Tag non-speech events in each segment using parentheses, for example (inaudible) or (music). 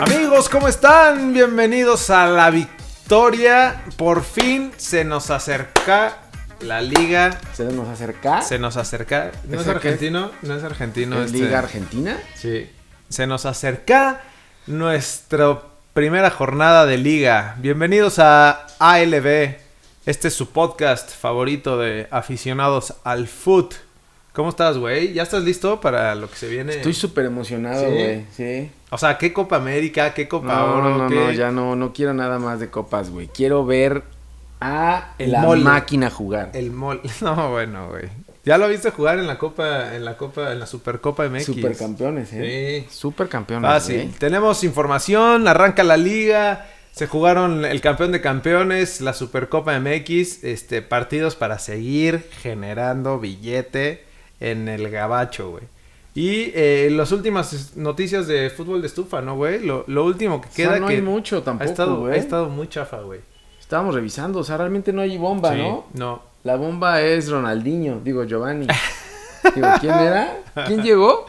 amigos, ¿cómo están? Bienvenidos a la victoria. Por fin se nos acerca la liga. Se nos acerca. Se nos acerca. ¿No ¿Eso es qué? argentino? No es argentino. ¿Es este. Liga Argentina? Sí. Se nos acerca nuestra primera jornada de liga. Bienvenidos a ALB. Este es su podcast favorito de aficionados al foot. ¿Cómo estás, güey? ¿Ya estás listo para lo que se viene? Estoy súper emocionado, Sí. güey. Sí. O sea, ¿qué Copa América? ¿Qué Copa No, Oro? no, no, ¿Qué- no, ya no, no quiero nada más de copas, güey. Quiero ver a El la mole. máquina jugar. El mol. (laughs) No, bueno, güey. Ya lo viste jugar en la Copa, en la Copa, en la Supercopa MX. Supercampeones, ¿eh? Sí. Supercampeones, Fácil. güey. Tenemos información, arranca la liga. Se jugaron el campeón de campeones, la Supercopa MX, este, partidos para seguir generando billete en el gabacho, güey. Y eh, las últimas es- noticias de fútbol de estufa, ¿no, güey? Lo, lo último que sea, queda no que hay mucho ha tampoco, estado, güey. ha estado muy chafa, güey. Estábamos revisando, o sea, realmente no hay bomba, Sí, ¿no? No. La bomba es Ronaldinho, digo Giovanni. (laughs) digo, ¿quién era? ¿Quién llegó?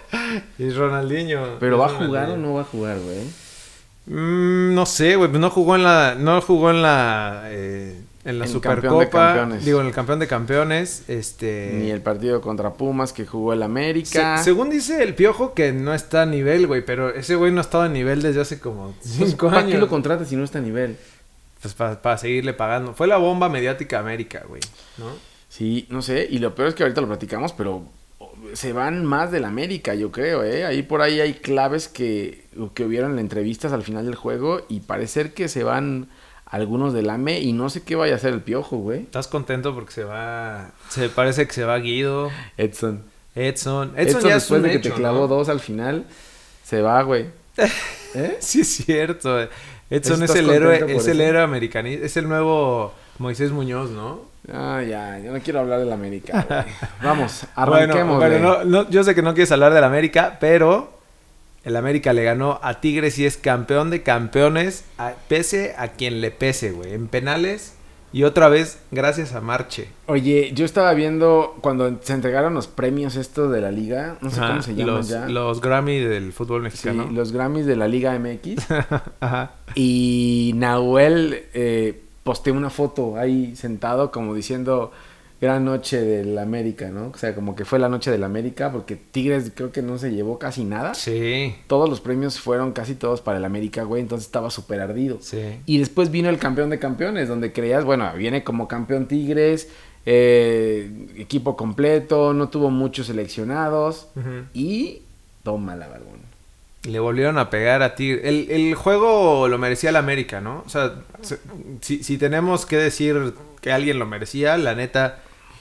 Y Ronaldinho. Pero es va a jugar Ronaldinho. o no va a jugar, güey. Mm, no sé, güey, pues no jugó en la, no jugó en la, eh, en la En campeón de Supercopa, campeones. digo, en el campeón de campeones, este, Ni el partido contra Pumas que jugó el Se- América. según dice el piojo que no está a nivel, güey, pero ese güey no ha estado a nivel desde hace como Pues, cinco ¿Para años. qué lo contratas si no está a nivel? Pues para seguirle pagando. Fue la bomba mediática América, güey, ¿no? Sí, no sé, y lo peor es que ahorita lo platicamos, pero se van más del América, yo creo, ¿eh? Ahí por ahí hay claves que, que hubieron en entrevistas al final del juego y parecer que se van algunos del AME y no sé qué vaya a hacer el piojo, güey. Estás contento porque se va, se parece que se va Guido, Edson. Edson, Edson, Edson, ya es después un de que hecho, te clavó ¿no? dos al final, se va, güey. ¿Eh? (laughs) Sí, es cierto. güey. Edson es ¿Estás el contento héroe, por es el eso? héroe americanista, es el nuevo Moisés Muñoz, ¿no? Ah, ya, yo no quiero hablar del América, güey. (laughs) Vamos, Bueno, arranquemos, bueno, no- güey. no, yo sé que no quieres hablar del América, pero el América le ganó a Tigres y es campeón de campeones, a- pese a quien le pese, güey, en penales y otra vez gracias a Marche. Oye, yo estaba viendo cuando se entregaron los premios estos de la liga, no sé Ajá, cómo se llaman los, ya. los Grammy del fútbol Sí, mexicano. los Grammys de la (laughs) Liga MX. Ajá. y Nahuel eh, posteó una foto ahí sentado como diciendo gran noche del América, ¿no? O sea, como que fue la noche del América porque Tigres creo que no se llevó casi nada. Sí, Todos los premios fueron casi todos para el América, güey, entonces estaba súper ardido. sí. Y después vino el campeón de campeones, donde creías, bueno, viene como campeón Tigres, eh, equipo completo, no tuvo muchos seleccionados. Ujú. Y toma la balón. Le volvieron a pegar a Tigres. El, el juego lo merecía el América, ¿no? O sea, se- si, si tenemos que decir que alguien lo merecía, la neta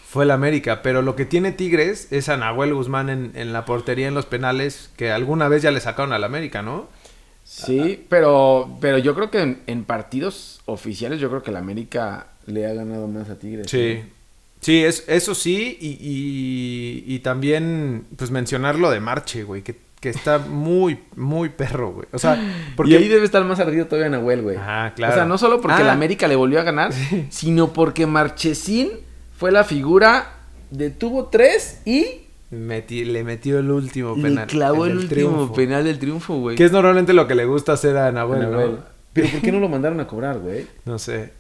fue el América. Pero lo que tiene Tigres es a Nahuel Guzmán en, en la portería, en los penales, que alguna vez ya le sacaron al América, ¿no? Sí, pero, pero yo creo que en, en partidos oficiales, yo creo que el América le ha ganado más a Tigres. Sí. Sí, es, eso sí, y, y- y también, pues, mencionar lo de Marche, güey, que, que está muy, muy perro, güey. O sea, (laughs) Porque ahí debe estar más ardido todavía Nahuel, güey. Ah, claro. O sea, no solo porque Ah. el América le volvió a (laughs) ganar, sino porque Marchesín fue la figura, detuvo tres y metí- le metió el último le penal. clavó el, del último triunfo. penal del triunfo, güey. Que es normalmente lo que le gusta hacer a Nahuel, Bueno, ¿no? güey. Pero ¿por qué no lo mandaron a cobrar, güey? No sé.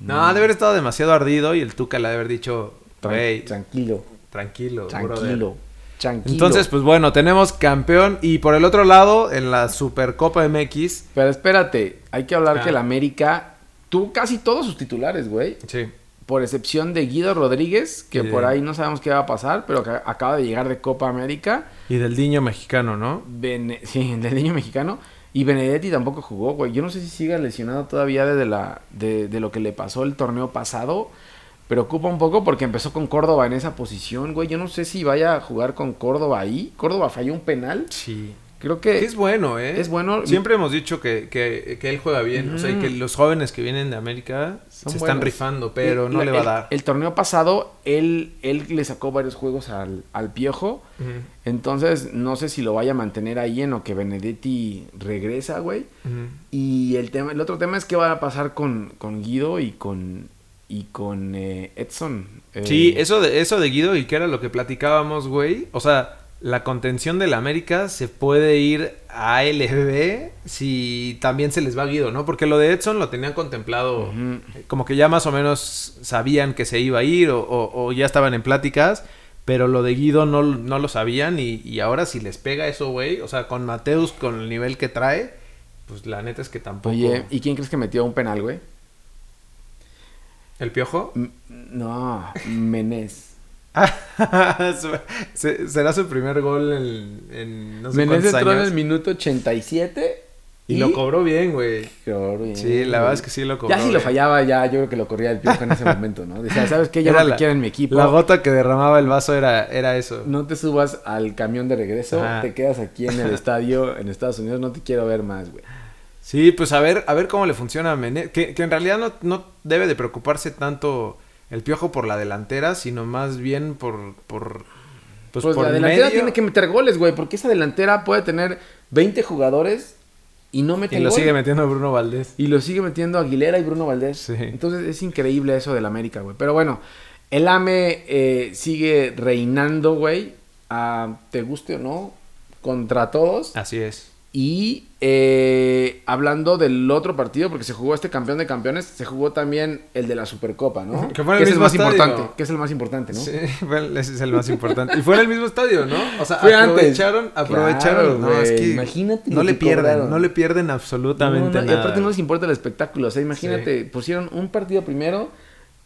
No, de haber estado demasiado ardido y el Tuca le ha de haber dicho, Tran- güey, tranquilo, tranquilo, brother". tranquilo, tranquilo. Entonces, pues bueno, tenemos campeón y por el otro lado, en la Supercopa MX, pero espérate, hay que hablar Ah. que el América tuvo casi todos sus titulares, güey. sí, Por excepción de Guido Rodríguez, que Sí. por ahí no sabemos qué va a pasar, pero que acaba de llegar de Copa América. y del niño mexicano, ¿no? Bene- (laughs) sí, del niño mexicano. Y Benedetti tampoco jugó, güey. Yo no sé si siga lesionado todavía desde la, de, de lo que le pasó el torneo pasado. Preocupa un poco porque empezó con Córdoba en esa posición, güey. Yo no sé si vaya a jugar con Córdoba ahí. Córdoba falló un penal. Sí. Creo que... Es bueno, ¿eh? es bueno. Mm. Siempre hemos dicho que, que- que él juega bien, o sea, y que los jóvenes que vienen de América Son se están buenos. rifando, pero El- no la- le va a el- dar. El, torneo pasado, él, él le sacó varios juegos al, al Piojo. Ujú, Entonces, no sé si lo vaya a mantener ahí en lo que Benedetti regresa, güey. ujú. Y el tema, el otro tema es qué va a pasar con, con Guido y con y con eh, Edson. Eh, Sí, eso de, eso de Guido y que era lo que platicábamos, güey. O sea, la contención del América se puede ir a LB si también se les va Guido, ¿no? Porque lo de Edson lo tenían contemplado, eh, Ujú. como que ya más o menos sabían que se iba a ir o, o- o ya estaban en pláticas, pero lo de Guido no, no lo sabían y, y ahora si les pega eso, güey, o sea, con Mateus, con el nivel que trae, pues la neta es que tampoco... Oye, ¿y quién crees que metió un penal, güey? ¿El piojo? M- No, Menés. Ah, (laughs) Su- se- será su primer gol en, en (laughs) no sé Menés cuántos entró en años. el minuto 87 Y lo cobró bien, güey. Cobró bien, Sí, la verdad güey. es que sí lo cobró. eh. Ya si lo güey. fallaba, ya yo creo que lo corría el (laughs) piojo en ese momento, ¿no? Decía, ¿sabes qué? Ya Era no te la- quiero en mi equipo. La gota que derramaba el vaso era, era eso. No te subas al camión de regreso, Ajá. te quedas aquí (laughs) en el estadio en Estados Unidos, no te quiero ver más, güey. Sí, pues a ver, a ver cómo le funciona a Mene- Que, que en realidad no, no debe de preocuparse tanto el piojo por la delantera, sino más bien por. por pues, Pues, por la delantera medio. tiene que meter goles, güey, porque esa delantera puede tener 20 jugadores y no Y mete lo gol. sigue metiendo Bruno Valdés. Y lo sigue metiendo Aguilera y Bruno Valdés. Sí. Entonces es increíble eso del América, güey. Pero bueno, el AME eh, sigue reinando, güey. a- te guste o no, contra todos. Así es. Y eh, hablando del otro partido, porque se jugó este campeón de campeones, se jugó también el de la Supercopa, ¿no? Que fue en el es mismo más estadio. importante, que es el más importante, ¿no? Sí, fue el- ese es el más importante. Y fue en el mismo estadio, ¿no? O sea, Fue antes. aprovecharon, aprovecharon. Claro, no, es güey. que Imagínate no lo le que pierden, cobraron. no le pierden No, absolutamente no, y nada. aparte no les importa el espectáculo. O sea, imagínate, pusieron un partido primero,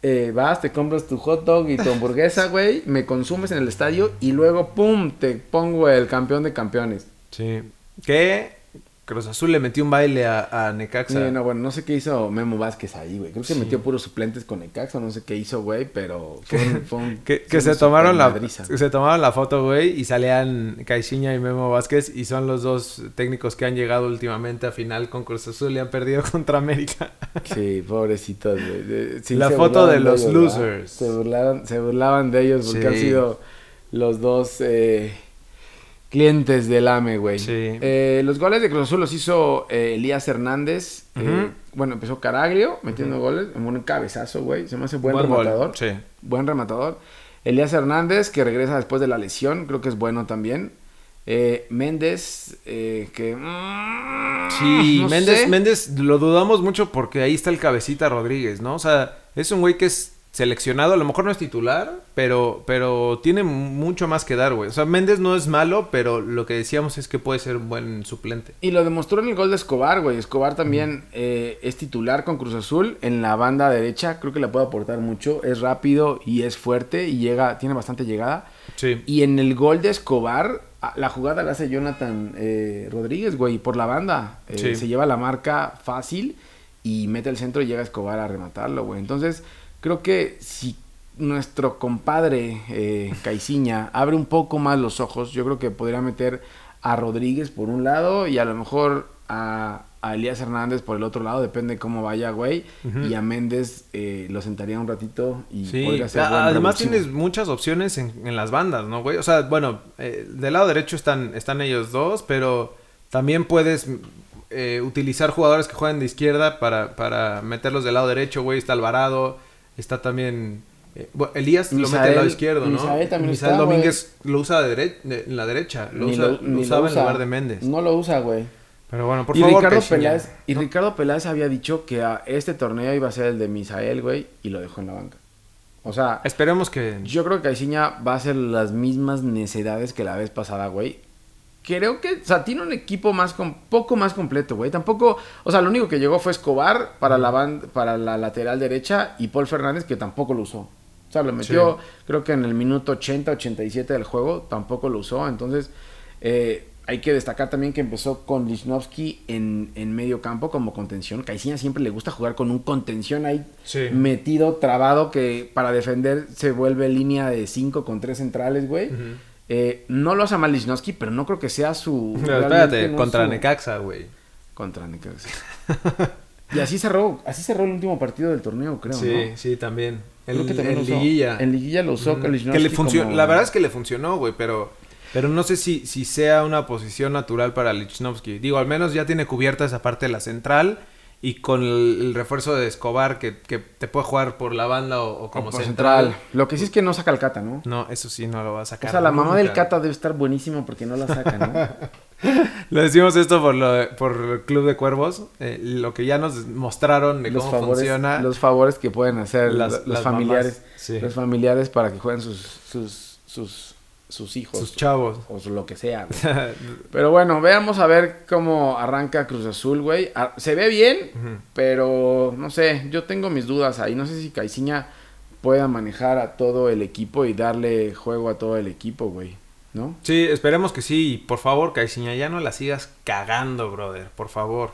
eh, vas, te compras tu hot dog y tu (laughs) hamburguesa, güey, me consumes en el estadio y luego, ¡pum!, te pongo el campeón de campeones. Sí. Que Cruz Azul le metió un baile a, a Sí, Necaxa. no, bueno, no sé qué hizo Memo Vázquez ahí, güey. Creo que metió puros suplentes con Necaxa, no sé qué hizo, güey, pero fue un- fue un- (laughs) Que, fue que se una tomaron la supermadriza. se tomaron la foto, güey, y salían Caixinha y Memo Vázquez y son los dos técnicos que han llegado últimamente a final con Cruz Azul y han perdido (laughs) contra América. Sí, pobrecitos, güey. De- sí, La se foto de burlaban los ellos, ¿verdad? losers. Se burlaron, se burlaban de ellos porque Sí. han sido los dos eh, clientes del AME, güey. Sí. Eh, los goles de Cruz Azul los hizo eh, Elías Hernández. eh, Ujú. bueno, empezó Caraglio metiendo goles. Un cabezazo, güey. Se me hace buen, gol, rematador. Sí. Buen rematador. Elías Hernández, que regresa después de la lesión. Creo que es bueno también. Eh, Méndez, eh, que... mm, Sí, Ah, No Méndez, sé. Méndez lo dudamos mucho porque ahí está el cabecita Rodríguez, ¿no? O sea, es un güey que es seleccionado, a lo mejor no es titular, pero, pero tiene mucho más que dar, güey. O sea, Méndez no es malo, pero lo que decíamos es que puede ser un buen suplente. Y lo demostró en el gol de Escobar, güey. Escobar también eh, es titular con Cruz Azul en la banda derecha. Creo que le puede aportar mucho. Es rápido y es fuerte y llega, tiene bastante llegada. Sí. Y en el gol de Escobar, a- la jugada la hace Jonathan eh, Rodríguez, güey, por la banda. Eh, Sí. Se lleva la marca fácil y mete el centro y llega Escobar a rematarlo, güey. Entonces, creo que si nuestro compadre eh, Caiciña (laughs) abre un poco más los ojos, yo creo que podría meter a Rodríguez por un lado y a lo mejor a, a Elías Hernández por el otro lado, depende cómo vaya, güey. Ujú. Y a Méndez eh, lo sentaría un ratito y Sí, podría ser a- buen además revulsivo. tienes muchas opciones en, en las bandas, ¿no, güey? O sea, bueno, eh, del lado derecho están, están ellos dos, pero también puedes mm, eh, utilizar jugadores que juegan de izquierda para, para meterlos del lado derecho, güey. Está Alvarado, está también... eh, bueno, Elías lo mete del lado Misael- izquierdo, ¿no? Misael también Misael está, güey. Domínguez lo usa de dere- de- en la derecha, lo, Ni usa- lo ni usaba en usa. lugar de Méndez. No lo usa, güey. Pero bueno, por Y, favor, Ricardo Caixinha. Peláez, y Ricardo Peláez había dicho que a este torneo iba a ser el de Misael, güey, y lo dejó en la banca. O sea, Esperemos que... yo creo que Caixinha va a hacer las mismas necedades que la vez pasada, güey. Creo que, o sea, tiene un equipo más con, poco más completo, güey. Tampoco, o sea, lo único que llegó fue Escobar para la, ban- para la lateral derecha y Paul Fernández, que tampoco lo usó. O sea, lo metió, creo que en el minuto 80, 87 del juego, tampoco lo usó. Entonces, eh, hay que destacar también que empezó con Lichnowsky en, en medio campo como contención. Caixinha siempre le gusta jugar con un contención ahí Sí. metido, trabado, que para defender se vuelve línea de 5 con 3 centrales, güey. Ujú. Eh, no lo hace mal Lichnowsky, pero no creo que sea su... No, realmente espérate, no es contra su- Necaxa, güey. Contra (laughs) Necaxa. y así cerró, así cerró el último partido del torneo, creo, Sí, ¿no? sí, también. Creo En, que en también lo usó. liguilla. En liguilla lo usó Ujú. con que le Lichnowsky funcionó. como- La verdad es que le funcionó, güey, pero, pero no sé si, si sea una posición natural para Lichnowsky. Digo, al menos ya tiene cubierta esa parte de la central y con el, el refuerzo de Escobar que, que te puede jugar por la banda o, o como Como central. central. Lo que sí es que no saca el Cata, ¿no? No, eso sí no lo va a sacar. O sea, la mamá del nunca. Cata debe estar buenísima porque no la saca, (laughs) ¿no? Lo decimos esto por lo de- por Club de Cuervos, eh, lo que ya nos mostraron de los, cómo favores, funciona. los favores que pueden hacer Las- lo- los las familiares. mamás, sí. Los familiares para que jueguen sus, sus, sus, sus hijos. Sus chavos. o su- lo que sea, güey. (laughs) Pero bueno, veamos a ver cómo arranca Cruz Azul, güey. Ah, Se ve bien, pero no sé, yo tengo mis dudas ahí. No sé si Caiciña pueda manejar a todo el equipo y darle juego a todo el equipo, güey. ¿No? Sí, esperemos que sí. Y Por favor, Caixinha, ya no la sigas cagando, brother. Por favor.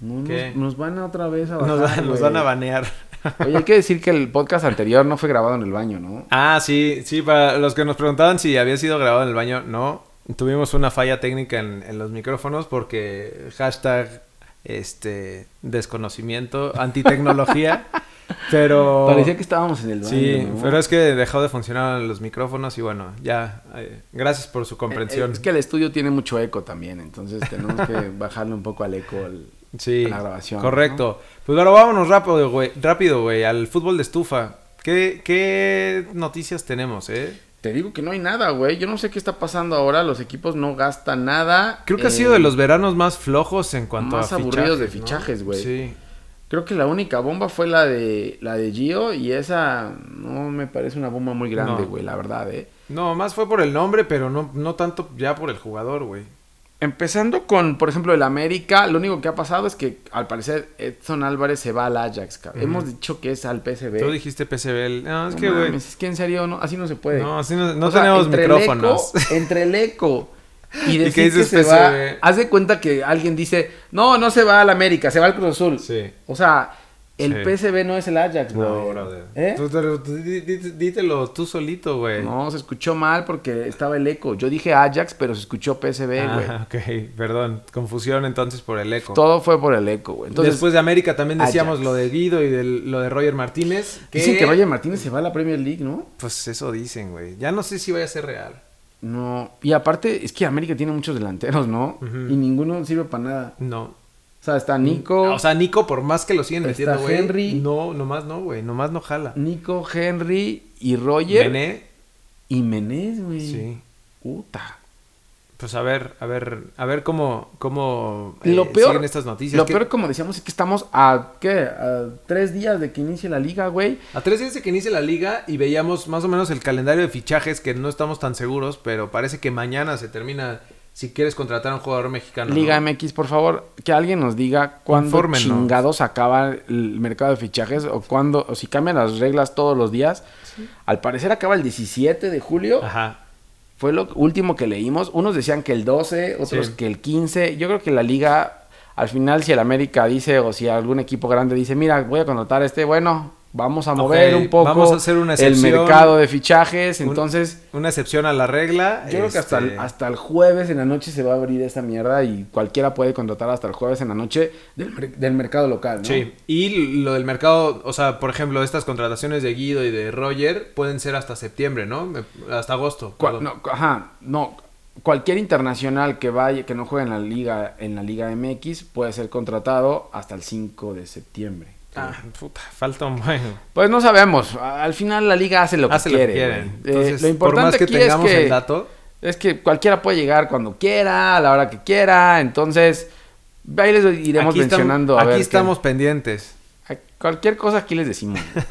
No, nos- ¿Qué? Nos, van a otra vez a Nos, bajar, van- nos güey. van a banear. (laughs) Oye, hay que decir que el podcast anterior no fue grabado en el baño, ¿no? Ah, sí, sí, para los que nos preguntaban si había sido grabado en el baño, no. Tuvimos una falla técnica en, en los micrófonos porque hashtag este desconocimiento, (laughs) antitecnología, pero... Parecía que estábamos en el baño. Sí, ¿no? Eh, pero es que dejó de funcionar los micrófonos y bueno, ya, eh, gracias por su comprensión. Es que el estudio tiene mucho eco también, entonces tenemos que (laughs) bajarle un poco al eco. al- Sí, a la grabación, correcto. Pues ahora vámonos rápido, güey, rápido, güey, al fútbol de estufa. ¿Qué, qué noticias tenemos, eh? Te digo que no hay nada, güey. Yo no sé qué está pasando ahora. Los equipos no gastan nada. Creo que ha Eh, sido de los veranos más flojos en cuanto más a fichajes. aburridos de ¿no? fichajes, güey. Sí. Creo que la única bomba fue la de la de Gio y esa no me parece una bomba muy grande, No. güey, la verdad, eh. No, más fue por el nombre, pero no, no tanto ya por el jugador, güey. Empezando con, por ejemplo, el América, lo único que ha pasado es que al parecer Edson Álvarez se va al Ajax. cabrón. Hemos dicho que es al PSV. Tú dijiste PCB. No, es No que, güey. mames, es que en serio, no, así no se puede. No, así no, no O sea, tenemos entre el micrófonos. eco- entre (laughs) el eco y decir qué dices que se PSV? va, haz de cuenta que alguien dice, no, no se va al América, se va al Cruz Azul. Sí. O sea, el Sí. PSV no es el Ajax, (laughs) güey. No, brother. ¿Eh? Tú, te- tú di- di- dítelo tú solito, güey. No, se escuchó mal porque estaba el eco. Yo dije Ajax, pero se escuchó PSV, güey. Ah, ok, perdón. Confusión entonces por el eco. Todo fue por el eco, güey. Entonces, Después de América también decíamos Ajax. lo de Guido y de lo de Roger Martínez. dicen que Roger Martínez se va a la Premier League, ¿no? Pues eso dicen, güey. Ya no sé si vaya a ser real. No. Y aparte, es que América tiene muchos delanteros, ¿no? Y ninguno sirve para nada. No. O sea, está Nico. Mm. Ah, O sea, Nico, por más que lo siguen Está metiendo, güey. Henry. No, nomás no, güey. Nomás no jala. Nico, Henry y Roger. Bené. Y Menés, güey. Sí. Puta. Pues a ver, a ver, a ver cómo, cómo eh, Lo peor. siguen estas noticias. Lo Que peor, como decíamos, es que estamos a, ¿qué? A tres días de que inicie la liga, güey. A tres días de que inicie la liga y veíamos más o menos el calendario de fichajes que no estamos tan seguros, pero parece que mañana se termina si quieres contratar a un jugador mexicano. Ah, ¿no? Liga MX, por favor, que alguien nos diga cuándo Infórmenos. chingados acaba el mercado de fichajes o cuándo, o si cambian las reglas todos los días. Al parecer acaba el 17 de julio. Ajá. Fue lo último que leímos. Unos decían que el 12, otros Sí. que el 15. Yo creo que la liga, al final, si el América dice o si algún equipo grande dice, mira, voy a contratar a este, bueno, vamos a mover Ok, un poco vamos a hacer una el excepción. mercado de fichajes. Un- Entonces, una excepción a la regla. yo creo que hasta el, este, hasta el jueves en la noche se va a abrir esta mierda y cualquiera puede contratar hasta el jueves en la noche del, mer- del mercado local, ¿no? Sí, y lo del mercado, o sea, por ejemplo, estas contrataciones de Guido y de Roger pueden ser hasta septiembre, ¿no? Me- Hasta agosto. Cua- perdón. no, cu- ajá, no. Cualquier internacional que vaya, que no juegue en la liga, en la liga MX, puede ser contratado hasta el 5 de septiembre. Ah, puta, falta un buen. Pues no sabemos. A- Al final la liga hace lo que Hace lo que quiere. quieren. güey. Eh, Entonces, por lo más importante que aquí tengamos es que el dato, es que cualquiera puede llegar cuando quiera, a la hora que quiera. Entonces ahí les iremos aquí, estamos- mencionando. a aquí ver qué- estamos pendientes. a- Cualquier cosa aquí les decimos. güey.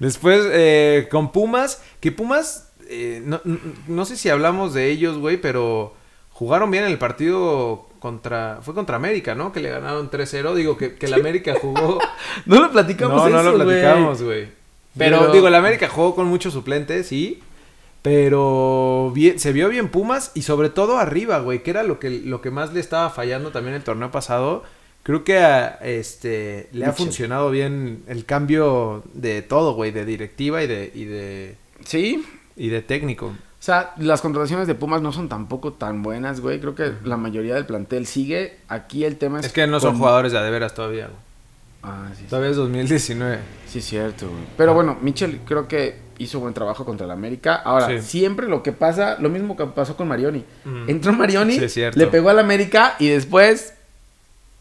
Después, eh, con Pumas, que Pumas, eh, no, no- no sé si hablamos de ellos, güey, pero jugaron bien el partido contra, fue contra América, ¿no? Que le ganaron 3-0, digo que, que el América jugó. no lo (laughs) no, platicamos. no eso, lo güey. platicamos, güey. Pero, Pero- digo, el América jugó con muchos suplentes, sí. Pero bien- se vio bien Pumas y sobre todo arriba, güey, que era lo que, lo que más le estaba fallando también el torneo pasado. Creo que a- este le ha Mitchell. funcionado bien el cambio de todo, güey, de directiva y de, y de, Sí. y de técnico. O sea, las contrataciones de Pumas no son tampoco tan buenas, güey. Creo que la mayoría del plantel sigue. Aquí el tema es. Es que no son con- jugadores de a de veras todavía, güey. Ah, sí, sí. Todavía es 2019. Sí, es cierto, güey. Pero bueno, Mitchell creo que hizo buen trabajo contra el América. Ahora, Sí. siempre lo que pasa, lo mismo que pasó con Marioni. Mm. Entró Marioni, Sí, es cierto. le pegó al América y después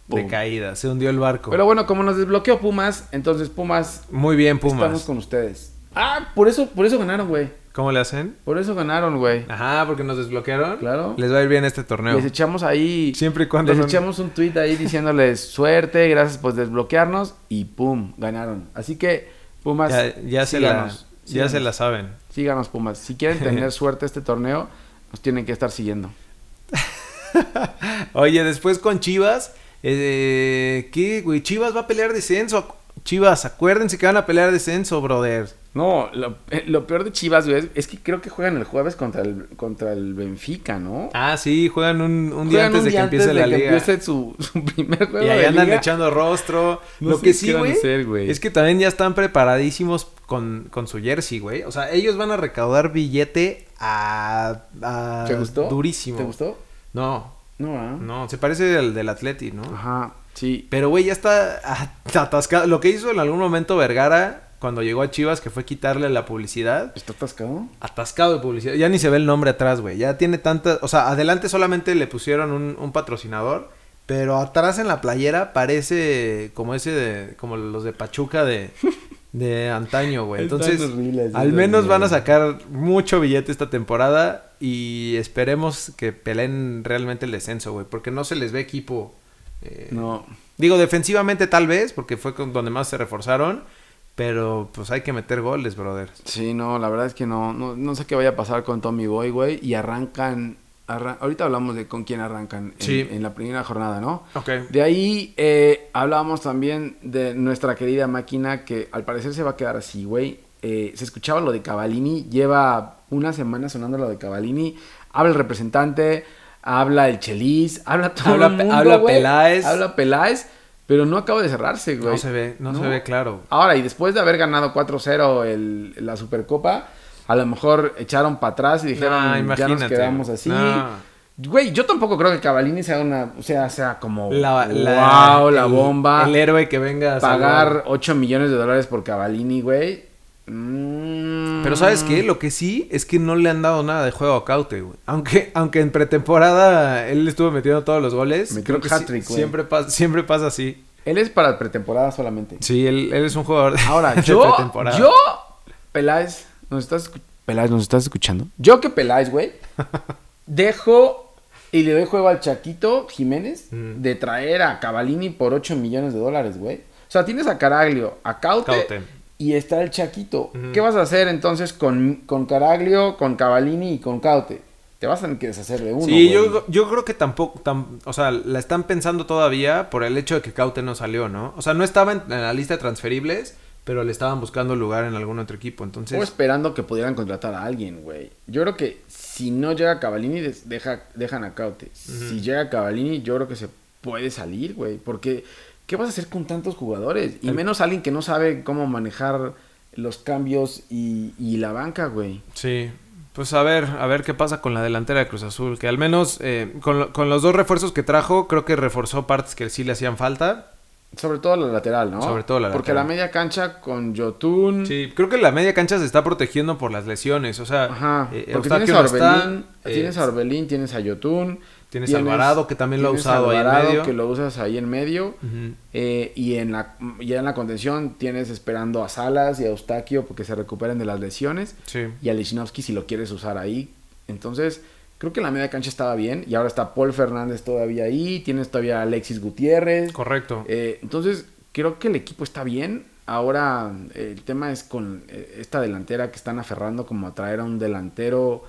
de caída. Se hundió el barco. Pero bueno, como nos desbloqueó Pumas, entonces Pumas, Muy bien, Pumas. estamos con ustedes. Ah, por eso, por eso ganaron, güey. ¿Cómo le hacen? Por eso ganaron, güey. Ajá, porque nos desbloquearon. Claro. Les va a ir bien este torneo. Les echamos ahí. Siempre y cuando Les son- echamos un tweet ahí (laughs) diciéndoles suerte, gracias por desbloquearnos. Y pum, ganaron. Así que, Pumas, Ya, ya se, la, síganos, ya síganos. se la saben. Síganos, Pumas. (laughs) Si quieren tener suerte este torneo, nos tienen que estar siguiendo. Oye, después con Chivas. Eh, ¿Qué, güey? Chivas va a pelear descenso. Acu- Chivas, acuérdense que van a pelear descenso, brother. No, lo, eh, lo peor de Chivas, güey, es que creo que juegan el jueves contra el, contra el Benfica, ¿no? Ah, sí, juegan un, un día Juegan antes un de que empiece antes de la que liga. empiece su, (laughs) su primer juego Y ahí de andan liga. echando rostro. No Lo sé que qué sí, van a güey, hacer, güey. es que también ya están preparadísimos con, con su jersey, güey. O sea, ellos van a recaudar billete a... a- ¿Te gustó? Durísimo. ¿Te gustó? No, No, ¿ah? no. Se parece al del Atleti, ¿no? Ajá, sí. Pero, güey, ya está at- atascado. Lo que hizo en algún momento Vergara cuando llegó a Chivas, que fue quitarle la publicidad. ¿Está atascado? Atascado de publicidad. Ya ni se ve el nombre atrás, güey. Ya tiene tanta... O sea, adelante solamente le pusieron un, un patrocinador. Pero atrás en la playera parece como ese de... Como los de Pachuca de... De antaño, güey. Están Entonces, horribles, están al menos van a horribles. sacar mucho billete esta temporada. Y esperemos que peleen realmente el descenso, güey. Porque no se les ve equipo. eh, No. Digo, defensivamente tal vez, porque fue con donde más se reforzaron. Pero pues hay que meter goles, brother. Sí, no, la verdad es que no, no, no sé qué vaya a pasar con Tommy Boy, güey. Y arrancan, arran- ahorita hablamos de con quién arrancan en, Sí. en la primera jornada, ¿no? Ok. De ahí eh, hablábamos también de nuestra querida máquina que al parecer se va a quedar así, güey. Eh, se escuchaba lo de Cavalini, lleva una semana sonando lo de Cavalini. Habla el representante, habla el Chelis, habla todo Habla el Pe- mundo, habla güey. Peláez. Habla Peláez, pero no acaba de cerrarse, güey. No se ve, no, se ve claro. Ahora, y después de haber ganado 4-0 el- la Supercopa, a lo mejor echaron para atrás y dijeron, Nah, ya nos Ah, imagínate. quedamos así. Nah. Güey, yo tampoco creo que Cavallini sea una, o sea, sea como, La, wow, la el- bomba. El héroe que venga a pagar salvar. 8 millones de dólares por Cavallini, güey. Mm. Pero ¿sabes qué? Lo que sí es que no le han dado nada de juego a Caute, güey. Aunque, aunque en pretemporada él estuvo metiendo todos los goles. Metió creo un que sí- hat-trick, güey. siempre, pasa, siempre pasa así. Él es para pretemporada solamente. Sí, él, él es un jugador de, (laughs) Ahora, de yo, pretemporada. yo, Peláez, nos estás, escu- Peláez, nos estás escuchando. Yo que Peláez, (laughs) güey, dejo y le doy juego al Chaquito Jiménez Mm. de traer a Cavalini por 8 millones de dólares, güey. O sea, tienes a Caraglio, a Caute, Caute. y está el Chaquito. ¿Qué vas a hacer entonces con, con Caraglio, con Cavalini y con Caute? Te vas a tener que deshacer de uno. Sí, güey. yo, yo creo que tampoco, tam- o sea, la están pensando todavía por el hecho de que Caute no salió, ¿no? O sea, no estaba en, en la lista de transferibles, pero le estaban buscando lugar en algún otro equipo, entonces... O esperando que pudieran contratar a alguien, güey. Yo creo que si no llega Cavallini, des- deja, dejan a Caute. Si llega Cavallini, yo creo que se puede salir, güey. Porque, ¿qué vas a hacer con tantos jugadores? Y menos alguien que no sabe cómo manejar los cambios y, y la banca, güey. Sí, pues a ver, a ver qué pasa con la delantera de Cruz Azul, que al menos eh, con, lo- con los dos refuerzos que trajo, creo que reforzó partes que sí le hacían falta. Sobre todo la lateral, ¿no? Sobre todo la Porque la lateral. media cancha con Yotun. Sí, creo que la media cancha se está protegiendo por las lesiones, o sea... Ajá. eh, porque tienes Eustaquio a no está, Orbelín, eh, tienes a Orbelín, tienes a Yotun. tienes a Alvarado, que también lo ha tienes a usado ahí en medio. que lo usas ahí en medio. Ujú. Eh, y en la, ya en la contención tienes esperando a Salas y a Eustaquio porque se recuperen de las lesiones. Sí. Y a Lichnowsky si lo quieres usar ahí. Entonces, creo que la media cancha estaba bien. Y ahora está Paul Fernández todavía ahí. Tienes todavía a Alexis Gutiérrez. Correcto. Eh, entonces, creo que el equipo está bien. Ahora, eh, el tema es con eh, esta delantera que están aferrando como a traer a un delantero.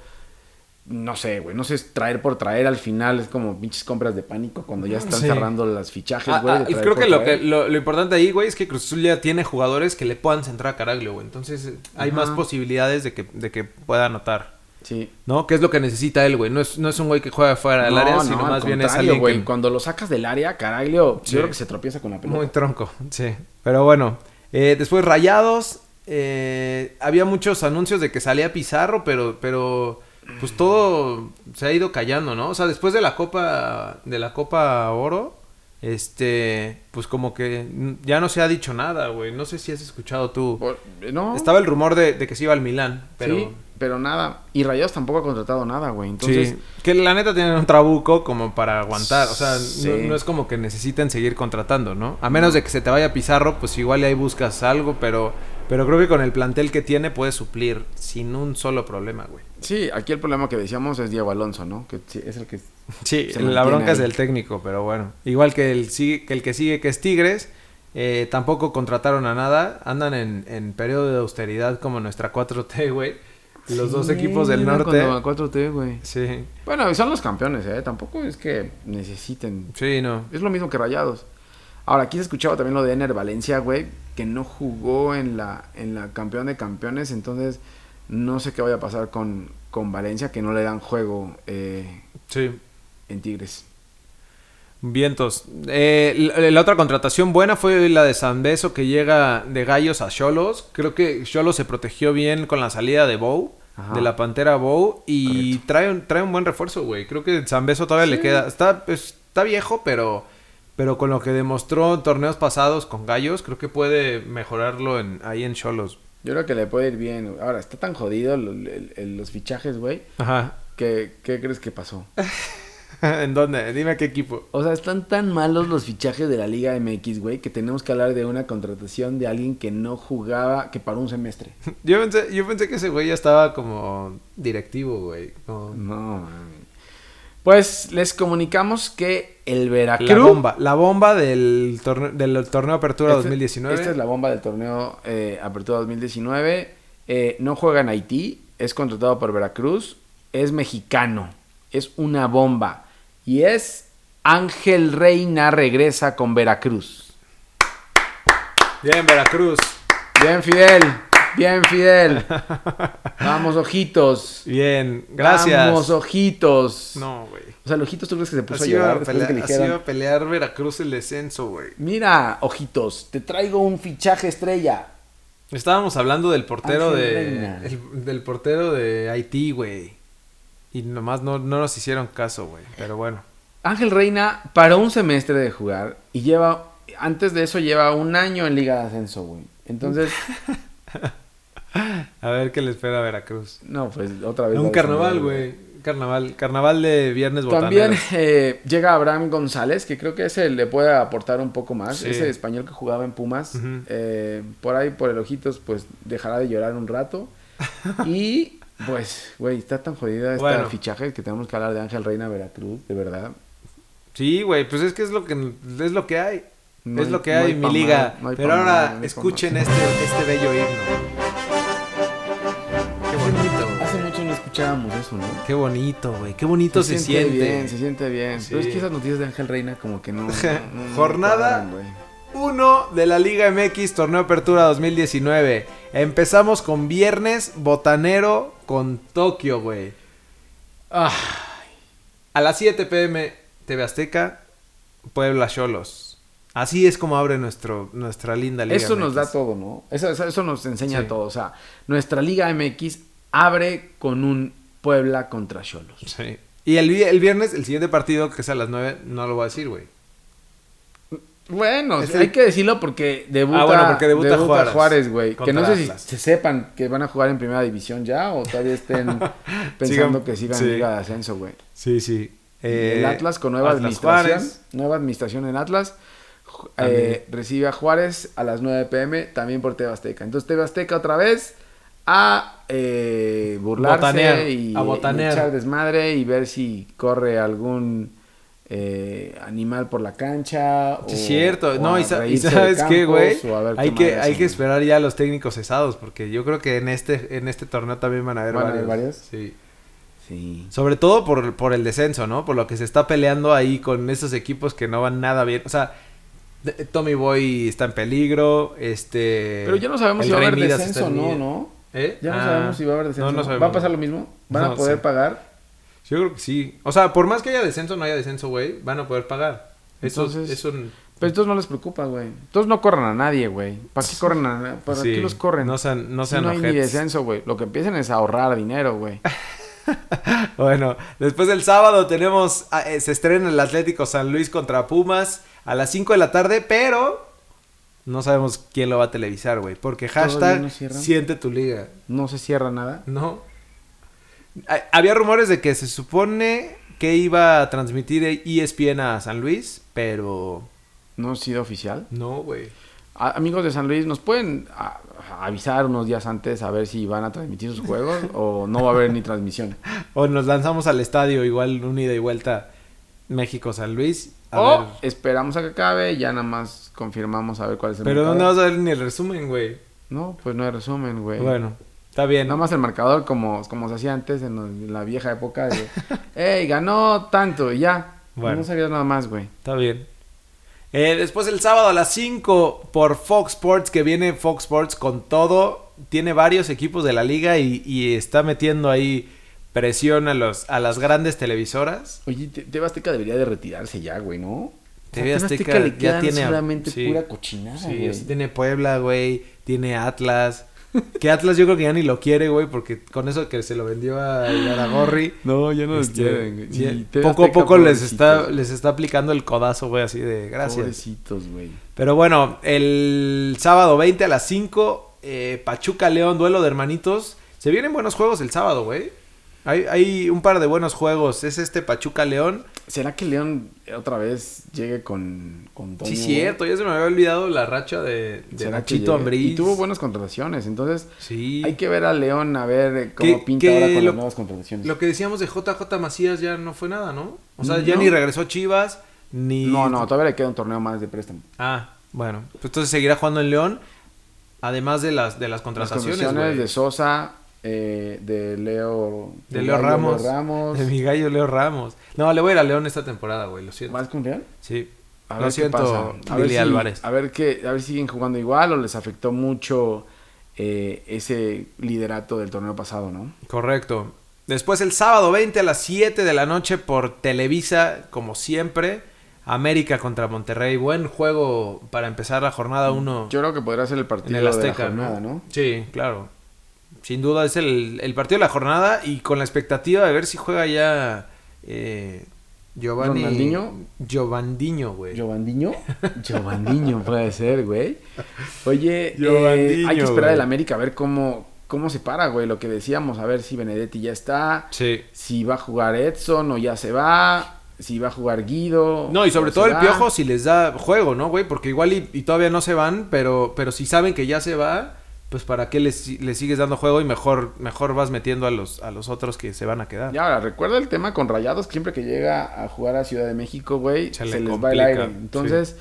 No sé, güey. No sé, es traer por traer al final. Es como pinches compras de pánico cuando ya están Sí. cerrando las fichajes, Ah, güey. de ah, traer creo por que lo, que traer. lo, lo importante ahí, güey, es que Cruz Azul ya tiene jugadores que le puedan centrar a Caraglio, güey. Entonces eh, hay más posibilidades de que, de que pueda anotar. Sí. ¿No? Que es lo que necesita él, güey. No es, no es un güey que juega fuera del No, área, no, sino al más bien es contrario, alguien güey. que- Cuando lo sacas del área, Caraglio, Sí. yo creo que se tropieza con la pelota. muy tronco. Sí. Pero bueno. eh, después Rayados. eh, había muchos anuncios de que salía Pizarro, pero, pero pues todo se ha ido callando, ¿no? O sea, después de la Copa de la Copa Oro, Este, pues como que mm, ya no se ha dicho nada, güey. No sé si has escuchado tú. Por- no, Estaba el rumor de, de que se iba al Milán, pero... sí, pero nada. Y Rayados tampoco ha contratado nada, güey. Entonces, Entonces, que la neta tienen un trabuco como para aguantar. O sea, no- Sí. no, es como que necesiten seguir contratando, ¿no? A menos de que se te vaya Pizarro, pues igual y ahí buscas algo, pero, pero creo que con el plantel que tiene puedes suplir sin un solo problema, güey. sí, aquí el problema que decíamos es Diego Alonso, ¿no? Que sí, es el que... Sí, Se la mantiene bronca es ahí. del técnico, pero bueno. Igual que el, sigue- que, el que sigue, que es Tigres, eh, tampoco contrataron a nada. Andan en, en periodo de austeridad como nuestra 4T, güey. Los dos Sí, equipos del mira, norte. cuando- 4T, güey. Sí, Bueno, son los campeones, ¿eh? Tampoco es que necesiten. sí, no. Es lo mismo que Rayados. Ahora, aquí se escuchaba también lo de Ener Valencia, güey, que no jugó en la, en la campeón de campeones, entonces no sé qué vaya a pasar con, con Valencia, que no le dan juego eh, Sí. en Tigres. Vientos. Eh, la, la otra contratación buena fue la de Zambeso que llega de Gallos a Cholos. Creo que Cholos se protegió bien con la salida de Bow, Ajá. de la Pantera Bow, y trae un, trae un buen refuerzo, güey. Creo que Zambeso todavía le queda. Está, pues, está viejo, pero, pero con lo que demostró en torneos pasados con Gallos, creo que puede mejorarlo en, ahí en Cholos. Yo creo que le puede ir bien. güey. Ahora, está tan jodido lo- el- el- los fichajes, güey, Ajá. que ¿qué crees que pasó? (laughs) ¿En dónde? Dime qué equipo. (laughs) O sea, están tan malos los fichajes de la Liga MX, güey, que tenemos que hablar de una contratación de alguien que no jugaba, que paró un semestre. Yo pensé, yo pensé que ese güey ya estaba como directivo, güey. como- (laughs) No, mami. Pues les comunicamos que el Veracruz. La bomba, la bomba del torneo, del torneo Apertura Este- 2019. Esta es la bomba del torneo eh, Apertura 2019. Eh, no juega en Haití, es contratado por Veracruz, es mexicano, es una bomba. Y es Ángel Reina regresa con Veracruz. Bien, Veracruz. Bien, Fidel, bien, (laughs) Fidel. Vamos, ojitos. Bien, gracias. Vamos, ojitos. No, güey. O sea, el ojitos tú crees que se puso Así a iba llorar a, después de pelear, que le así dijeran, iba a pelear Veracruz el descenso, güey. Mira, ojitos, te traigo un fichaje estrella. Estábamos hablando del portero Ángel de. Reina. el- del portero de Haití, güey. Y nomás no, no nos hicieron caso, güey. Pero bueno. Ángel Reina paró un semestre de jugar y lleva, antes de eso lleva un año en Liga de Ascenso, güey. (laughs) Entonces, A ver qué le espera a Veracruz. no, pues otra vez. Un la carnaval, desnudada, güey. Carnaval. Carnaval de viernes También botaneros. eh, llega Abraham González, que creo que ese le puede aportar un poco más. Sí. Ese español que jugaba en Pumas, Ujú. eh, por ahí, por el ojitos, pues dejará de llorar (laughs) un rato. y pues, güey, está tan jodida esta Bueno. fichaje que tenemos que hablar de Ángel Reina Veracruz, de verdad. Sí, güey, pues es que es lo que es lo que hay. No es hay- lo que no hay, hay mi pa' más, liga. no hay Pero pa' ahora más, no hay pa' escuchen este, este bello himno. Qué bonito. güey. Hace mucho no escuchábamos eso, ¿no? Qué bonito, güey. Qué bonito se, siente. bien, se siente bien. Pero es Sí. que esas noticias de Ángel Reina como que no... no- no- (laughs) no Jornada. cuadran, güey. Uno de la Liga MX Torneo Apertura 2019. Empezamos con viernes botanero con Tokio, güey. Ah. A las 7 pm TV Azteca, Puebla Cholos. Así es como abre nuestro, nuestra linda liga. eso nos MX. da todo, ¿no? Eso, eso- eso nos enseña Sí. todo. O sea, nuestra Liga MX abre con un Puebla contra Cholos. Sí. Y el, vi- el viernes, el siguiente partido, que es a las 9, no lo voy a decir, güey. Bueno, Es hay el- que decirlo porque debuta, Ah, bueno, porque debuta Juárez. Juárez, güey. Que Contra no sé si Atlas. se sepan que van a jugar en Primera División ya o (laughs) todavía estén pensando Sigan- que sigan sí. en Liga de Ascenso, güey. Sí, sí. Eh, el Atlas con nueva administración. Nueva administración en Atlas. ju- eh, recibe a Juárez a las 9 pm también por TV Azteca. Entonces TV Azteca otra vez a eh, burlarse Botanear, y, a botanear. y echar desmadre y ver si corre algún eh, animal por la cancha. Sí, o- es cierto. o no, a y, sa- y reírse de sabes qué, güey. Campos, o a ver Hay, qué que, madres hay que hacen. esperar ya a los técnicos cesados, porque yo creo que en este, en este torneo también van a haber ¿Van a varios. haber varios? Sí. Sí. Sobre todo por, por el descenso, ¿no? Por lo que se está peleando ahí con esos equipos que no van nada bien. O sea, de- Tommy Boy está en peligro. Este. Pero ya no sabemos el si va a Rey haber Midas descenso o está en no, líder. ¿no? ¿Eh? Ya no Ah, sabemos si va a haber descenso. no, no ¿Va sabemos. a pasar lo mismo? ¿Van No a poder sé. pagar? Yo creo que sí. O sea, por más que haya descenso, no haya descenso, güey, van a poder pagar. Eso, Entonces- eso n- Pero entonces no les preocupa, güey. Entonces no corran a nadie, güey. ¿Para qué corren a na- ¿Para sí. qué pues, los corren? No sean, no Si sean no hay ni ojetes. descenso, güey. Lo que empiecen es a ahorrar dinero, güey. (laughs) Bueno, después del sábado tenemos, ah, eh, se estrena el Atlético San Luis contra Pumas a las 5 de la tarde, pero no sabemos quién lo va a televisar, güey. Porque hashtag no cierran? siente tu liga, No se cierra nada. ¿no? Ha- Había rumores de que se supone que iba a transmitir E ESPN a San Luis, pero No ha sido oficial. no, güey. A- amigos de San Luis, ¿nos pueden a- avisar unos días antes a ver si van a transmitir sus juegos o no va a haber ni transmisión? O nos lanzamos al estadio, igual un ida y vuelta México-San Luis. (laughs) A o ver. esperamos a que acabe y ya nada más confirmamos a ver cuál es el Pero no marcador. vas a ver ni el resumen, güey. No, pues no hay resumen, güey. Bueno, está bien. Nada más el marcador como, como se hacía antes en, los- en la vieja época de... ¡Ey, ganó tanto! y ya. Bueno. No sabías nada más, güey. Está bien. Eh, después el sábado a las 5 por Fox Sports, que viene Fox Sports con todo. Tiene varios equipos de la liga y, y está metiendo ahí presión a, los, a las grandes televisoras. Oye, Te- TV Azteca debería de retirarse ya, güey, ¿no? O sea, TV Azteca le ya quedan tiene a- solamente sí. pura cochinada, Sí, güey. así tiene Puebla, güey. Tiene Atlas. Que Atlas yo creo que ya ni lo quiere, güey, porque con eso que se lo vendió a Garagorri. (gasps) No, ya no los Este, quieren, güey. sí, Y TV poco a Azteca, poco les está, pobrecitos. les está aplicando el codazo, güey, así de gracias. Pobrecitos, güey. Pero bueno, el sábado 20 a las 5, eh, Pachuca León, duelo de hermanitos. Se vienen buenos juegos el sábado, güey. Hay, hay un par de buenos juegos. Es este Pachuca León. ¿Será que León otra vez llegue con, con Toño, Sí, güey? cierto, ya se me había olvidado la racha de, de ¿Será que Nachito llegue? Ambriz. Y tuvo buenas contrataciones, entonces Sí. hay que ver a León a ver eh, cómo Que- pinta que ahora con lo- las nuevas contrataciones. Lo que decíamos de JJ Macías ya no fue nada, ¿no? O sea, No. ya ni regresó Chivas, ni. No, no, todavía le queda un torneo más de préstamo. Ah, bueno. Pues entonces seguirá jugando en León. Además de las, de las Las contrataciones. contrataciones güey. de Sosa, eh, de Leo... De Leo Gallo, Ramos. Ramos. De mi gallo Leo Ramos. No, le voy a ir a León esta temporada, güey, lo siento. ¿Vas con León? Sí. A ver lo qué siento, pasa. A ver Billy si- Álvarez. A ver, qué, a ver si siguen jugando igual o les afectó mucho eh, ese liderato del torneo pasado, ¿no? Correcto. Después el sábado 20 a las 7 de la noche por Televisa, como siempre. América contra Monterrey. Buen juego para empezar la jornada 1 Yo creo que podría ser el en partido el Azteca. de la jornada, ¿no? Sí, claro. Sin duda es el, el partido de la jornada y con la expectativa de ver si juega ya eh, Giovanni. ¿Ronaldinho? Giovandiño, güey. (laughs) ¿Giovandiño? Giovandiño puede ser, güey. Oye, eh, Giovandiño, hay que esperar güey. el América a ver cómo, cómo se para, güey. Lo que decíamos, a ver si Benedetti ya está, Sí. si va a jugar Edson o ya se va, si va a jugar Guido. No, y sobre o todo se el va. piojo si les da juego, ¿no, güey? Porque igual y, y todavía no se van, pero, pero si saben que ya se va, pues para qué les, les sigues dando juego y mejor, mejor vas metiendo a los, a los otros que se van a quedar. Y ahora, recuerda el tema con Rayados, siempre que llega a jugar a Ciudad de México, güey, Se se, le les va el complica, aire. sí. Entonces,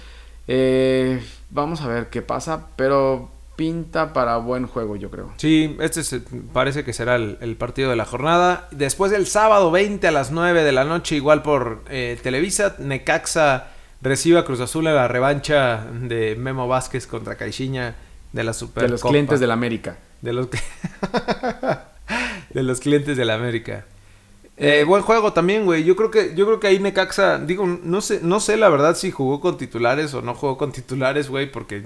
eh, vamos a ver qué pasa, pero pinta para buen juego, yo creo. Sí, este se- parece que será el, el partido de la jornada. Después del sábado 20 a las 9 de la noche, igual por eh, Televisa, Necaxa recibe a Cruz Azul en la revancha de Memo Vázquez contra Caixinha de la Supercopa. de los clientes de la América. De los, (laughs) de los clientes de la América. Eh, buen juego también, güey. Yo creo que, yo creo que ahí Necaxa, digo, no sé, no sé la verdad si jugó con titulares o no jugó con titulares, güey, porque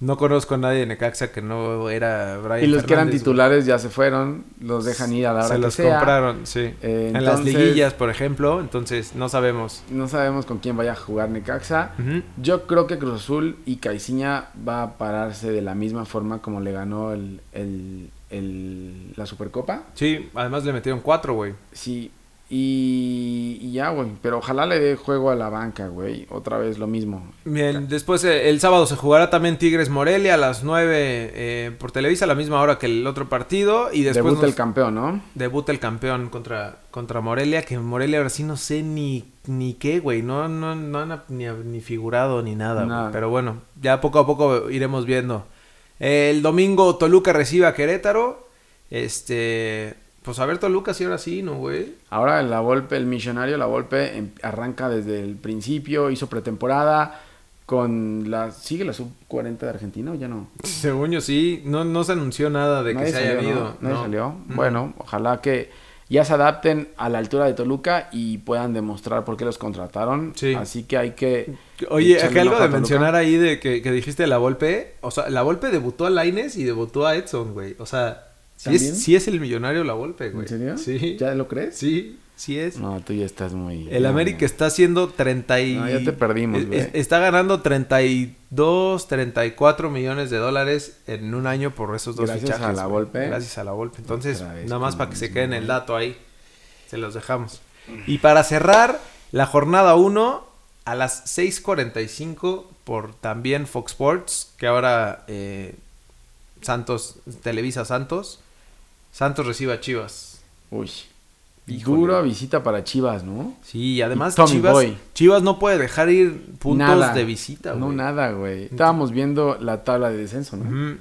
no conozco a nadie de Necaxa que no era Brian. Y los que eran Fernández, titulares ya se fueron, los dejan ir a güey. la hora se que los sea. compraron, sí. Eh, En las entonces- liguillas, por ejemplo, entonces no sabemos. No sabemos con quién vaya a jugar Necaxa. Ujú. Yo creo que Cruz Azul y Caiciña va a pararse de la misma forma como le ganó el, el- el- la Supercopa. Sí, además le metieron cuatro, güey. Sí, y, y ya, güey. Pero ojalá le dé juego a la banca, güey. Otra vez lo mismo. Bien, después eh, el sábado se jugará también Tigres Morelia a las 9 eh, por Televisa, a la misma hora que el otro partido. Y después Debuta nos- el campeón, ¿no? debuta el campeón contra, contra Morelia, que Morelia ahora sí no sé ni, ni qué, güey. No, no, no han ap- ni, ni figurado ni nada, güey. Nada. Pero bueno, ya poco a poco iremos viendo. El domingo Toluca recibe a Querétaro. Este. Pues a ver Toluca si ahora sí, ¿no, (laughs) güey? Ahora la Volpe, el millonario, la Volpe em- arranca desde el principio, hizo pretemporada con la... ¿Sigue la sub-40 de Argentina o ya no? Según yo sí, no, no se anunció nada de que Nadie se haya salió, ¿no? ido. Nadie no. salió. Mm. Bueno, ojalá que ya se adapten a la altura de Toluca y puedan demostrar por qué los contrataron. Sí. Así que hay que... Oye, acá echarle un algo ojo de a Toluca. mencionar ahí de que, que dijiste de la Volpe. O sea, la Volpe debutó a Laines y debutó a Edson, güey. O sea, Sí es, ¿También? sí es el millonario la golpe, güey. ¿En serio? Sí. ¿Ya lo crees? Sí, sí es. No, tú ya estás muy... El no, América no. está haciendo 30 y... No, ya te perdimos, es- güey. es- Está ganando 32, 34 millones de dólares en un año por esos dos Gracias a fichajes, la güey. Volpe. Gracias a la Volpe. Entonces, Otra vez nada más con para lo que se mismo, queden el güey. dato ahí. Se los dejamos. Y para cerrar, la jornada 1 a las 6.45 por también Fox Sports, que ahora eh, Santos, Televisa Santos. Santos recibe a Chivas. Uy. Híjole. Dura visita para Chivas, ¿no? Sí, y además Tommy Chivas, Boy. Chivas no puede dejar ir puntos Nada. de visita, güey. No, nada, güey. Estábamos viendo la tabla de descenso, ¿no? Ujú.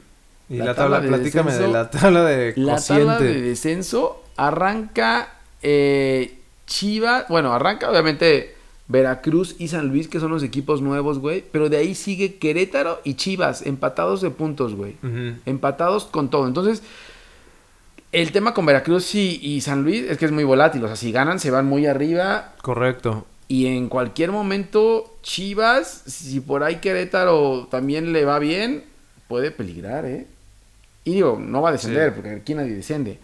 Y la, La tabla, tabla de platícame de descenso- la tabla de La cociente. tabla de descenso arranca eh, Chivas, bueno, arranca obviamente Veracruz y San Luis, que son los equipos nuevos, güey, pero de ahí sigue Querétaro y Chivas, empatados de puntos, güey. Ujú. Empatados con todo. Entonces, el tema con Veracruz y, y San Luis es que es muy volátil, o sea, si ganan se van muy arriba Correcto. y en cualquier momento Chivas, si por ahí Querétaro también le va bien, puede peligrar, ¿eh? Y digo, no va a descender, Sí. porque aquí nadie desciende.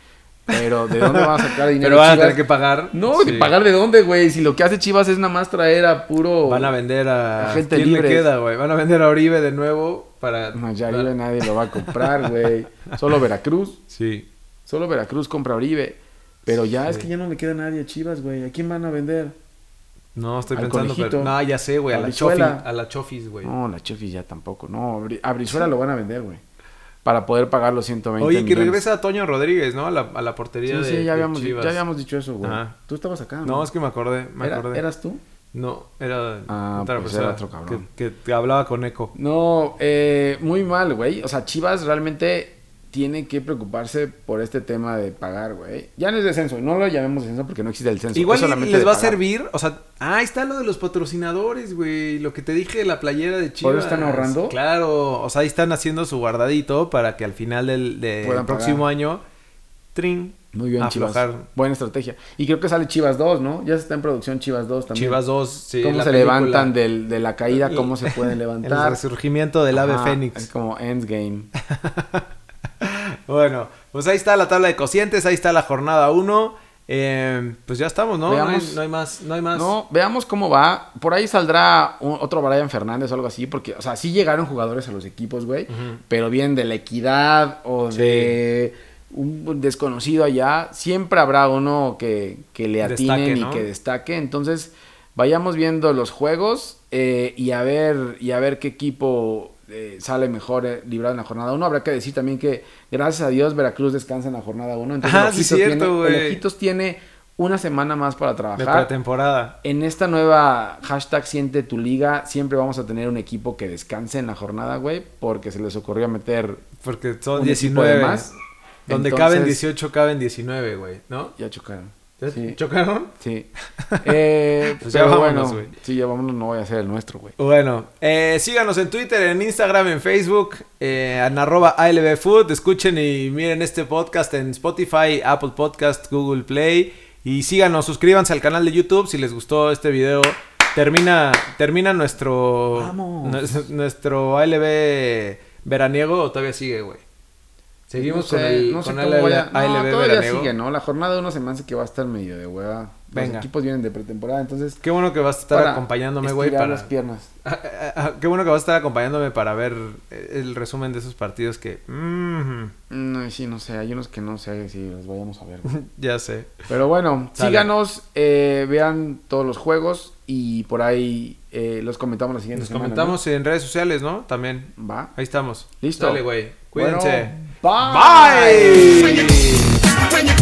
Pero ¿de dónde va a (laughs) sacar dinero? Pero van a Chivas? tener que pagar. No, Sí. ¿de pagar de dónde, güey? Si lo que hace Chivas es nada más traer a puro... Van a vender a. A gente ¿Quién libre. le queda, güey? Van a vender a Oribe de nuevo para. No, ya para- Oribe nadie lo va a comprar, güey. Solo Veracruz. Sí. Solo Veracruz compra a Oribe. Pero ya es que ya no le queda nadie a Chivas, güey. ¿A quién van a vender? No, estoy Al pensando, pero. conejito. No, ya sé, güey. A A la chofis. Brizuela. A la chofis, güey. No, la Chofis ya tampoco. No, Abri- a Brizuela lo van a vender, güey. Para poder pagar los 120 Oye, que millones. regresa Toño Rodríguez, ¿no? A la, a la Sí, portería de. sí, de ya habíamos, di- Chivas. ya habíamos dicho eso, güey. Ajá. Tú estabas acá, No, es que me acordé. Me Era- acordé. ¿Eras tú? No, era Ah, otra pues persona era otro cabrón. Que, que hablaba con eco. No, eh, muy mal, güey. O sea, Chivas realmente tiene que preocuparse por este tema de pagar, güey. Ya no es descenso. No lo llamemos descenso porque no existe el censo. Igual Es y solamente les de va a pagar. servir, o sea, ah, ahí está lo de los patrocinadores, güey, lo que te dije de la playera de Chivas. ¿Por eso están ahorrando? Claro, o sea, ahí están haciendo su guardadito para que al final del, del Puedan próximo año, trin, Muy bien, aflojar. Chivas. Buena estrategia. Y creo que sale Chivas 2, ¿no? Ya está en producción Chivas 2 también. Chivas 2, sí, ¿Cómo la se película. levantan del- de la caída? ¿Cómo se (laughs) pueden El levantar? resurgimiento del ave Ajá, Es fénix. como Endgame. Bueno, pues ahí está la tabla de cocientes, ahí está la jornada 1. pues ya estamos, ¿no? No hay, Veamos. no hay más, no hay más. No, veamos cómo va. Por ahí saldrá un- otro Brian Fernández o algo así, porque, o sea, sí llegaron jugadores a los equipos, güey, pero vienen de la equidad o Sí. de un desconocido allá. Siempre habrá uno que, que le atinen Destaque, y ¿no? que destaque. Entonces, vayamos viendo los juegos eh, y, a ver, y a ver qué equipo eh, sale mejor eh, librado en la jornada 1. Habrá que decir también que, gracias a Dios, Veracruz descansa en la jornada 1. Entonces, Ah, el sí, Ojitos cierto, tiene, güey. el Ojitos tiene una semana más para de trabajar. pretemporada. En esta nueva hashtag siente tu liga, siempre vamos a tener un equipo que descanse en la jornada, güey, porque se les ocurrió meter Porque son un 19 equipo de más. Donde Entonces, caben 18, caben 19, güey, ¿no? Ya chocaron. ¿Ya Sí. ¿Chocaron? sí. (laughs) Eh, Pues ya pero vámonos, bueno, güey. sí, ya vámonos, no voy a ser el nuestro, güey. Bueno, eh, síganos en Twitter, en Instagram, en Facebook, eh, en arroba ALBFood. Escuchen y miren este podcast en Spotify, Apple Podcast, Google Play. Y síganos, suscríbanse al canal de YouTube si les gustó este video. Termina, termina nuestro, Vamos. nues- nuestro ALB veraniego o todavía sigue, güey. Seguimos No con sé- el, no sé con cómo ALB, vaya- no, todavía veraniego. sigue, ¿no? La jornada uno se me hace que va a estar medio de hueva. Venga. Los equipos vienen de pretemporada, entonces Qué bueno que vas a estar para acompañándome, güey, estirar para... las piernas. Ah, ah, ah, Qué bueno que vas a estar acompañándome para ver eh, el resumen de esos partidos que... Mm, (laughs) No, sí, no sé, hay unos que no sé si los vayamos a ver, güey. ya sé. Pero bueno, Sale. síganos, eh, vean todos los juegos y por ahí eh, los comentamos la siguiente Nos semana, comentamos en redes sociales, ¿no? También. ¿no? Va. Ahí estamos. Listo. Dale, güey. Cuídense. Bueno, bye. Bye. When you